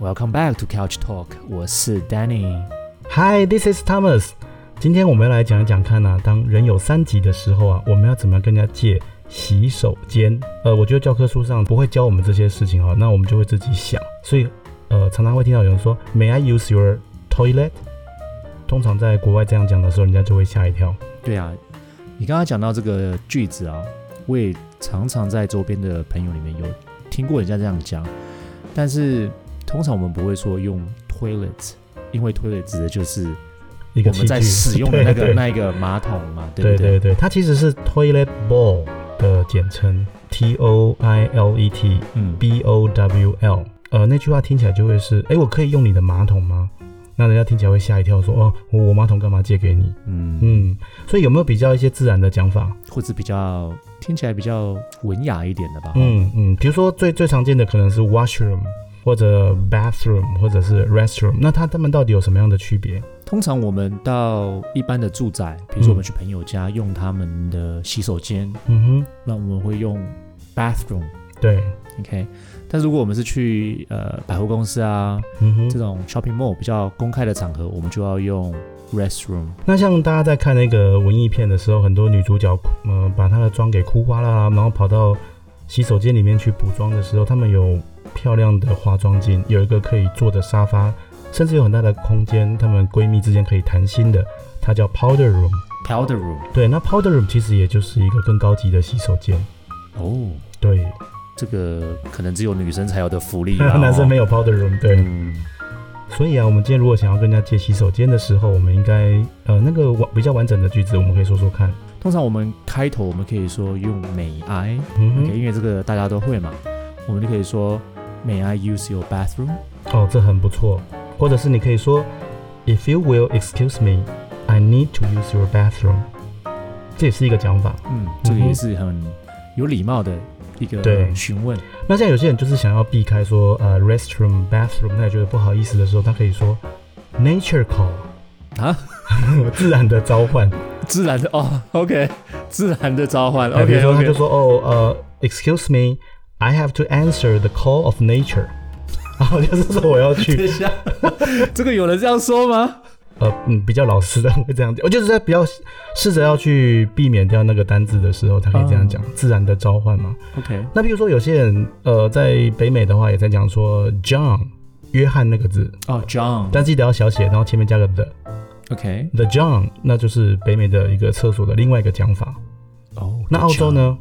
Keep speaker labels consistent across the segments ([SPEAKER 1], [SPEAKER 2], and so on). [SPEAKER 1] Welcome back to Couch Talk，我是 Danny。
[SPEAKER 2] Hi, this is Thomas。今天我们要来讲一讲看啊，当人有三级的时候啊，我们要怎么样跟人家借洗手间？呃，我觉得教科书上不会教我们这些事情哈，那我们就会自己想。所以，呃，常常会听到有人说 “May I use your toilet？” 通常在国外这样讲的时候，人家就会吓一跳。
[SPEAKER 1] 对啊，你刚刚讲到这个句子啊，我也常常在周边的朋友里面有听过人家这样讲，但是通常我们不会说用 toilet，因为 toilet 指的就是
[SPEAKER 2] 一个
[SPEAKER 1] 我
[SPEAKER 2] 器具
[SPEAKER 1] 们在使用的那
[SPEAKER 2] 对
[SPEAKER 1] 个
[SPEAKER 2] 对
[SPEAKER 1] 那一个马桶嘛，对
[SPEAKER 2] 对
[SPEAKER 1] 不
[SPEAKER 2] 对对，它其实是 toilet bowl 的简称，T O I L E T。
[SPEAKER 1] 嗯
[SPEAKER 2] B O W L。呃，那句话听起来就会是，哎，我可以用你的马桶吗？那人家听起来会吓一跳，说，哦，我我马桶干嘛借给你？
[SPEAKER 1] 嗯嗯，
[SPEAKER 2] 嗯，所以有没有比较一些自然的讲法？
[SPEAKER 1] 或者比较听起来比较文雅一点的吧，
[SPEAKER 2] 嗯嗯，比如说最最常见的可能是 washroom 或者 bathroom 或者是 restroom，那它它们到底有什么样的区别？
[SPEAKER 1] 通常我们到一般的住宅，比如说我们
[SPEAKER 2] 嗯
[SPEAKER 1] 去朋友家用他们的洗手间，
[SPEAKER 2] 嗯
[SPEAKER 1] 那我们会用 bathroom。
[SPEAKER 2] 哼，对，
[SPEAKER 1] OK，但如果我们是去呃百货公司啊
[SPEAKER 2] 嗯哼，
[SPEAKER 1] 这种 shopping mall 比较公开的场合，我们就要用 restroom。
[SPEAKER 2] 那像大家在看那个文艺片的时候，很多女主角呃把她的妆给哭花啦，然后跑到洗手间里面去补妆的时候，她们有漂亮的化妆镜，有一个可以坐的沙发，甚至有很大的空间，她们闺蜜之间可以谈心的，它叫 powder room。
[SPEAKER 1] powder room。
[SPEAKER 2] 对，那 powder room 其实也就是一个更高级的洗手间。
[SPEAKER 1] 哦，
[SPEAKER 2] 对，
[SPEAKER 1] 这个可能只有女生才有的福利吧、
[SPEAKER 2] 男生没
[SPEAKER 1] 有。
[SPEAKER 2] 有 powder room。对，
[SPEAKER 1] 嗯，
[SPEAKER 2] 所以啊，我们今天如果想要跟人家借洗手间的时候，我们应该呃那个完比较完整的句子，我们可以说说看。
[SPEAKER 1] 通常我们开头我们可以说用 may I，、
[SPEAKER 2] 嗯
[SPEAKER 1] OK，
[SPEAKER 2] 哼，
[SPEAKER 1] 因为这个大家都会嘛，我们就可以说 may I use your bathroom。
[SPEAKER 2] 哦，这很不错。或者是你可以说，If you will excuse me, I need to use your bathroom。这也是一个讲法。
[SPEAKER 1] 嗯，这个
[SPEAKER 2] 嗯
[SPEAKER 1] 也
[SPEAKER 2] 哼
[SPEAKER 1] 是很有礼貌的一个
[SPEAKER 2] 对
[SPEAKER 1] 询问。
[SPEAKER 2] 那像有些人就是想要避开说呃 restroom、bathroom，那也觉得不好意思的时候，他可以说 nature call
[SPEAKER 1] 啊，
[SPEAKER 2] 自然的召唤。
[SPEAKER 1] 自然的哦，OK，自然的召唤
[SPEAKER 2] 呃比如
[SPEAKER 1] ，OK
[SPEAKER 2] 说他就
[SPEAKER 1] OK，
[SPEAKER 2] 说哦呃，excuse me, I have to answer the call of nature。然后就是说我要
[SPEAKER 1] 等
[SPEAKER 2] 去
[SPEAKER 1] 一下， 这个有人这样说吗？
[SPEAKER 2] 呃嗯比较老实的会这样讲，我就是在比较试着要去避免掉那个单字的时候，才可以这样
[SPEAKER 1] 嗯
[SPEAKER 2] 讲，自然的召唤嘛。
[SPEAKER 1] OK，
[SPEAKER 2] 那比如说有些人，呃，在北美的话也在讲说 John 约翰那个字，
[SPEAKER 1] 哦，John，OK，、
[SPEAKER 2] 但记得要小写，然后前面加个 the the John，那就是北美的一个厕所的另外一个讲法。
[SPEAKER 1] 哦，
[SPEAKER 2] 那澳洲？呢？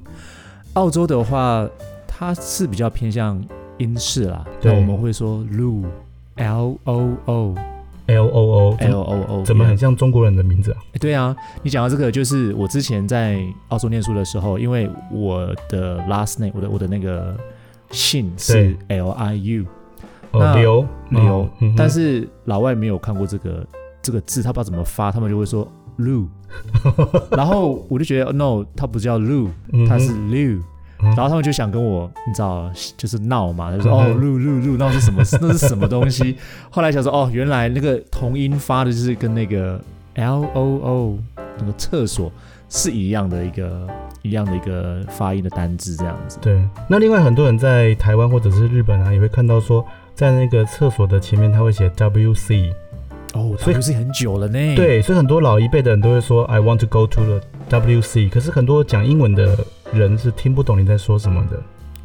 [SPEAKER 1] 澳洲的话，它是比较偏向英式啦，那
[SPEAKER 2] 对
[SPEAKER 1] 我们会说 loo，L O O
[SPEAKER 2] L O O，
[SPEAKER 1] L O O，
[SPEAKER 2] 怎么很像中国人的名字啊？
[SPEAKER 1] 对啊，你讲到这个，就是我之前在澳洲念书的时候，因为我的 last name，我的我的那个姓是 L I U，那
[SPEAKER 2] 哦，刘
[SPEAKER 1] 刘，
[SPEAKER 2] 嗯哼
[SPEAKER 1] 但是老外没有看过这个这个字，他不知道怎么发，他们就会说 lu，然后我就觉得哦 no，它不叫 lu，
[SPEAKER 2] 嗯哼
[SPEAKER 1] 它是 lu，、
[SPEAKER 2] 嗯
[SPEAKER 1] 然后他们就想跟我，你知道，就是闹嘛，就说、
[SPEAKER 2] 嗯
[SPEAKER 1] 哦
[SPEAKER 2] 哼
[SPEAKER 1] ，lu lu lu，那是什么？ 那是什么东西？后来想说，哦，原来那个同音发的就是跟那个 l o o 那个厕所是一样的一个一样的一个发音的单字这样子。
[SPEAKER 2] 对。那另外很多人在台湾或者是日本啊，也会看到说，在那个厕所的前面他会写 W C，
[SPEAKER 1] 哦，所
[SPEAKER 2] 所以
[SPEAKER 1] 以就是很久了呢。，
[SPEAKER 2] 对，所以很多老一辈的人都会说 I want to go to the WC，可是很多讲英文的人是听不懂你在说什么的。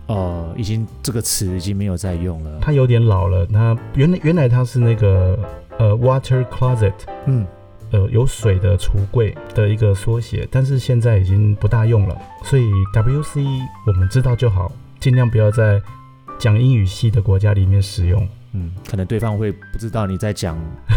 [SPEAKER 1] 哦，已经这个词已经没有在用了。
[SPEAKER 2] 他有点老了，他原来原来他是那个呃 water closet，
[SPEAKER 1] 嗯，
[SPEAKER 2] 呃有水的橱柜的一个缩写，但是现在已经不大用了，所以 WC 我们知道就好，尽量不要在讲英语系的国家里面使用。
[SPEAKER 1] 嗯，可能对方会不知道你在讲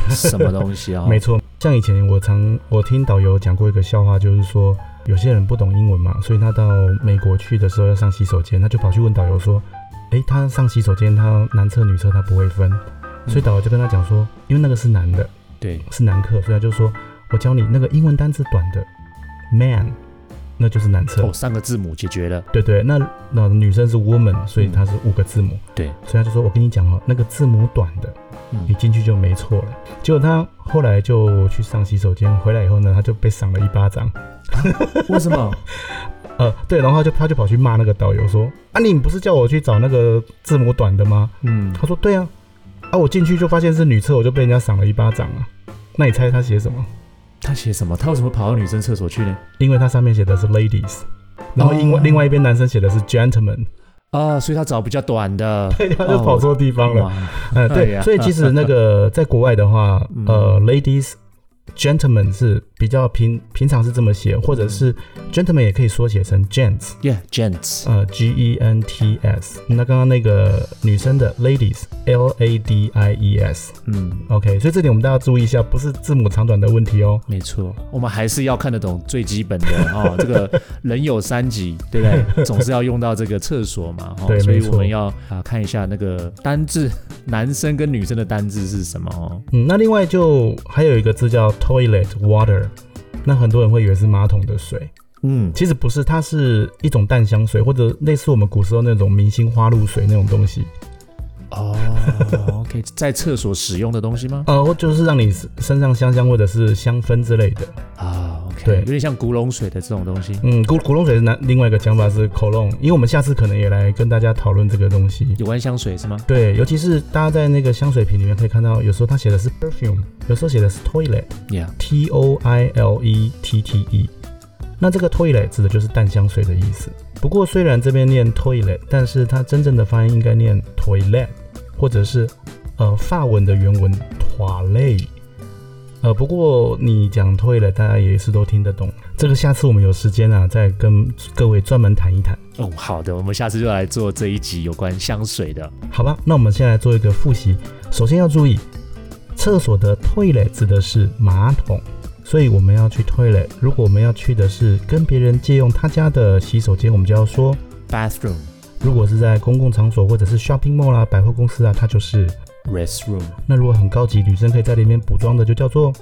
[SPEAKER 1] 什么东西 啊、
[SPEAKER 2] 没错，像以前我常我听导游讲过一个笑话，就是说有些人不懂英文嘛，所以他到美国去的时候要上洗手间，他就跑去问导游说：“诶，他上洗手间，他男厕女厕他不会分。”
[SPEAKER 1] 嗯
[SPEAKER 2] 所以导游就跟他讲说：“因为那个是男的，
[SPEAKER 1] 对，
[SPEAKER 2] 是男客，所以他就说我教你那个英文单词短的，man，那就是男厕。
[SPEAKER 1] 哦，三个字母解决了。
[SPEAKER 2] 对对，那那女生是 woman，所以她是五个字母。
[SPEAKER 1] 对，
[SPEAKER 2] 所以他就说：“我跟你讲哦，那个字母短的，你
[SPEAKER 1] 嗯，
[SPEAKER 2] 进去就没错了。”结果他后来就去上洗手间，回来以后呢，他就被赏了一巴掌。
[SPEAKER 1] 为什么？
[SPEAKER 2] 呃，对，然后他就他就跑去骂那个导游说：“啊，你不是叫我去找那个字母短的吗？”
[SPEAKER 1] 嗯，
[SPEAKER 2] 他说：“对啊，啊，啊，我进去就发现是女厕，我就被人家赏了一巴掌啊。那你猜他写什么？
[SPEAKER 1] 他写什么？他为什么跑到女生厕所去呢？
[SPEAKER 2] 因为它上面写的是 ladies，然后因为
[SPEAKER 1] 哦
[SPEAKER 2] 另外一边男生写的是 gentlemen，
[SPEAKER 1] 啊，所以他找比较短的。
[SPEAKER 2] 对，他就跑错地方了。
[SPEAKER 1] 哇，
[SPEAKER 2] 嗯，
[SPEAKER 1] 哎
[SPEAKER 2] 对，
[SPEAKER 1] 呀嗯
[SPEAKER 2] 所以其实那 个在国外的话，呃，ladies。gentlemen 是比较平平常是这么
[SPEAKER 1] 嗯
[SPEAKER 2] 写，或者是 gentlemen 也可以缩写成 gents，
[SPEAKER 1] ，Yeah，gents，
[SPEAKER 2] 呃，G E N T S。那刚刚那个女生的 ladies，L A D I E S。
[SPEAKER 1] 嗯，
[SPEAKER 2] OK，所以这点我们大家注意一下，不是字母长短的问题哦。
[SPEAKER 1] 没错，我们还是要看得懂最基本的 哦。这个人有三急，对不 对？总是要用到这个厕所嘛，哦
[SPEAKER 2] 对，
[SPEAKER 1] 所
[SPEAKER 2] 没
[SPEAKER 1] 以
[SPEAKER 2] 错
[SPEAKER 1] 我们要啊、看一下那个单字，男生跟女生的单字是什么哦。
[SPEAKER 2] 嗯，那另外就还有一个字叫 toilet water，那很多人会以为是马桶的水，
[SPEAKER 1] 嗯，
[SPEAKER 2] 其实不是，它是一种淡香水，或者类似我们古时候那种明星花露水那种东西，
[SPEAKER 1] 哦，OK，在厕所使用的东西吗？
[SPEAKER 2] 呃，或就是让你身上香香或者是香氛之类的。
[SPEAKER 1] 啊，OK，
[SPEAKER 2] 对
[SPEAKER 1] 有点像古龙水的这种东西，
[SPEAKER 2] 嗯，古古龙水是那另外一个讲法是 cologne，因为我们下次可能也来跟大家讨论这个东西。
[SPEAKER 1] 有关香水是吗？
[SPEAKER 2] 对，尤其是大家在那个香水瓶里面可以看到，有时候它写的是 perfume，有时候写的是 toilet，T
[SPEAKER 1] Yeah，
[SPEAKER 2] O I L E T T E。那这个 toilet 指的就是淡香水的意思。不过虽然这边念 toilet，但是它真正的发音应该念 toilet，或者是呃法文的原文 toilet。呃，不过你讲 toilet，大家也是都听得懂。这个下次我们有时间啊，再跟各位专门谈一谈，
[SPEAKER 1] 哦，好的，我们下次就来做这一集有关香水的。
[SPEAKER 2] 好吧？那我们先来做一个复习。首先要注意，厕所的 toilet 指的是马桶，所以我们要去 toilet。如果我们要去的是跟别人借用他家的洗手间，我们就要说
[SPEAKER 1] bathroom、
[SPEAKER 2] 如果是在公共场所或者是 shopping mall 啦、百货公司啊，它就是。
[SPEAKER 1] restroom、
[SPEAKER 2] 那如果很高级，女生可以在里面补妆的，就叫做。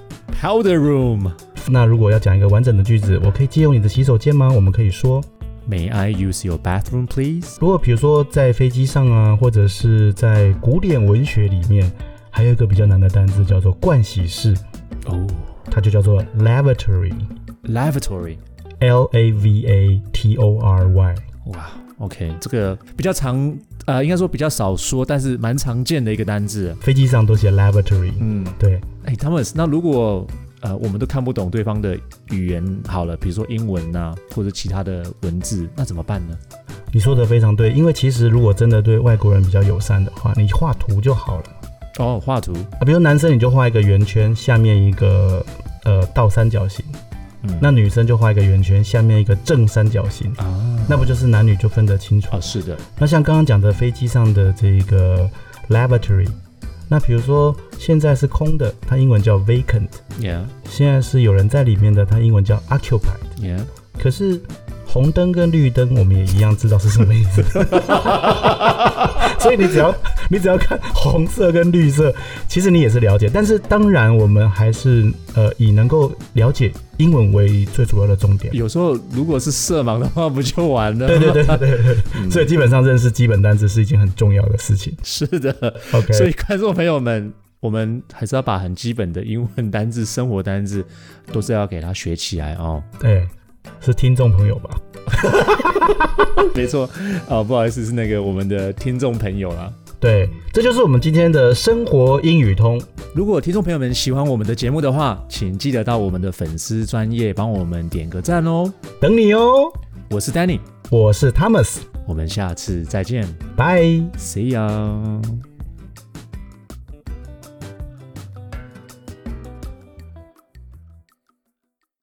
[SPEAKER 1] powder room。
[SPEAKER 2] 那如果要讲一个完整的句子，我可以借用你的洗手间吗？我们可以说，
[SPEAKER 1] May I use your bathroom, please？
[SPEAKER 2] 如果比如说在飞机上啊，或者是在古典文学里面，还有一个比较难的单字叫做盥洗室，
[SPEAKER 1] 哦、
[SPEAKER 2] 它就叫做
[SPEAKER 1] lavatory。
[SPEAKER 2] lavatory，L A V A T O R Y。
[SPEAKER 1] 哇，OK，这个比较常，呃，应该说比较少说，但是蛮常见的一个单字。
[SPEAKER 2] 飞机上都写 lavatory，
[SPEAKER 1] 嗯，
[SPEAKER 2] 对，
[SPEAKER 1] 哎，Thomas，那如果呃我们都看不懂对方的语言，好了，比如说英文呐、或者其他的文字，那怎么办呢？
[SPEAKER 2] 你说的非常对，因为其实如果真的对外国人比较友善的话，你画图就好了。
[SPEAKER 1] 哦，画图，
[SPEAKER 2] 啊，比如男生你就画一个圆圈，下面一个呃倒三角形；
[SPEAKER 1] 嗯，
[SPEAKER 2] 那女生就画一个圆圈，下面一个正三角形。
[SPEAKER 1] 啊，
[SPEAKER 2] 那不就是男女就分得清楚？
[SPEAKER 1] 哦，是的，
[SPEAKER 2] 那像刚刚讲的飞机上的这个 lavatory，那比如说现在是空的，它英文叫 vacant；
[SPEAKER 1] Yeah，Yeah。
[SPEAKER 2] 现在是有人在里面的，它英文叫 occupied。可是红灯跟绿灯，我们也一样知道是什么意思。所以你只要你只要看红色跟绿色，其实你也是了解。但是当然，我们还是呃以能够了解英文为最主要的重点。
[SPEAKER 1] 有时候如果是色盲的话，不就完了？
[SPEAKER 2] 对对对对对对，
[SPEAKER 1] 嗯
[SPEAKER 2] 所以基本上认识基本单词是一件很重要的事情。
[SPEAKER 1] 是的，
[SPEAKER 2] OK，
[SPEAKER 1] 所以观众朋友们，我们还是要把很基本的英文单字、生活单字，都是要给它学起来哦。
[SPEAKER 2] 对，是听众朋友吧？
[SPEAKER 1] 没错，哦，不好意思，是那个我们的听众朋友啦。
[SPEAKER 2] 对，这就是我们今天的生活英语通。
[SPEAKER 1] 如果听众朋友们喜欢我们的节目的话，请记得到我们的粉丝专业帮我们点个赞哦。
[SPEAKER 2] 等你哦，
[SPEAKER 1] 我是 Danny，
[SPEAKER 2] 我是 Thomas，
[SPEAKER 1] 我们下次再见
[SPEAKER 2] 拜。
[SPEAKER 1] ，See you。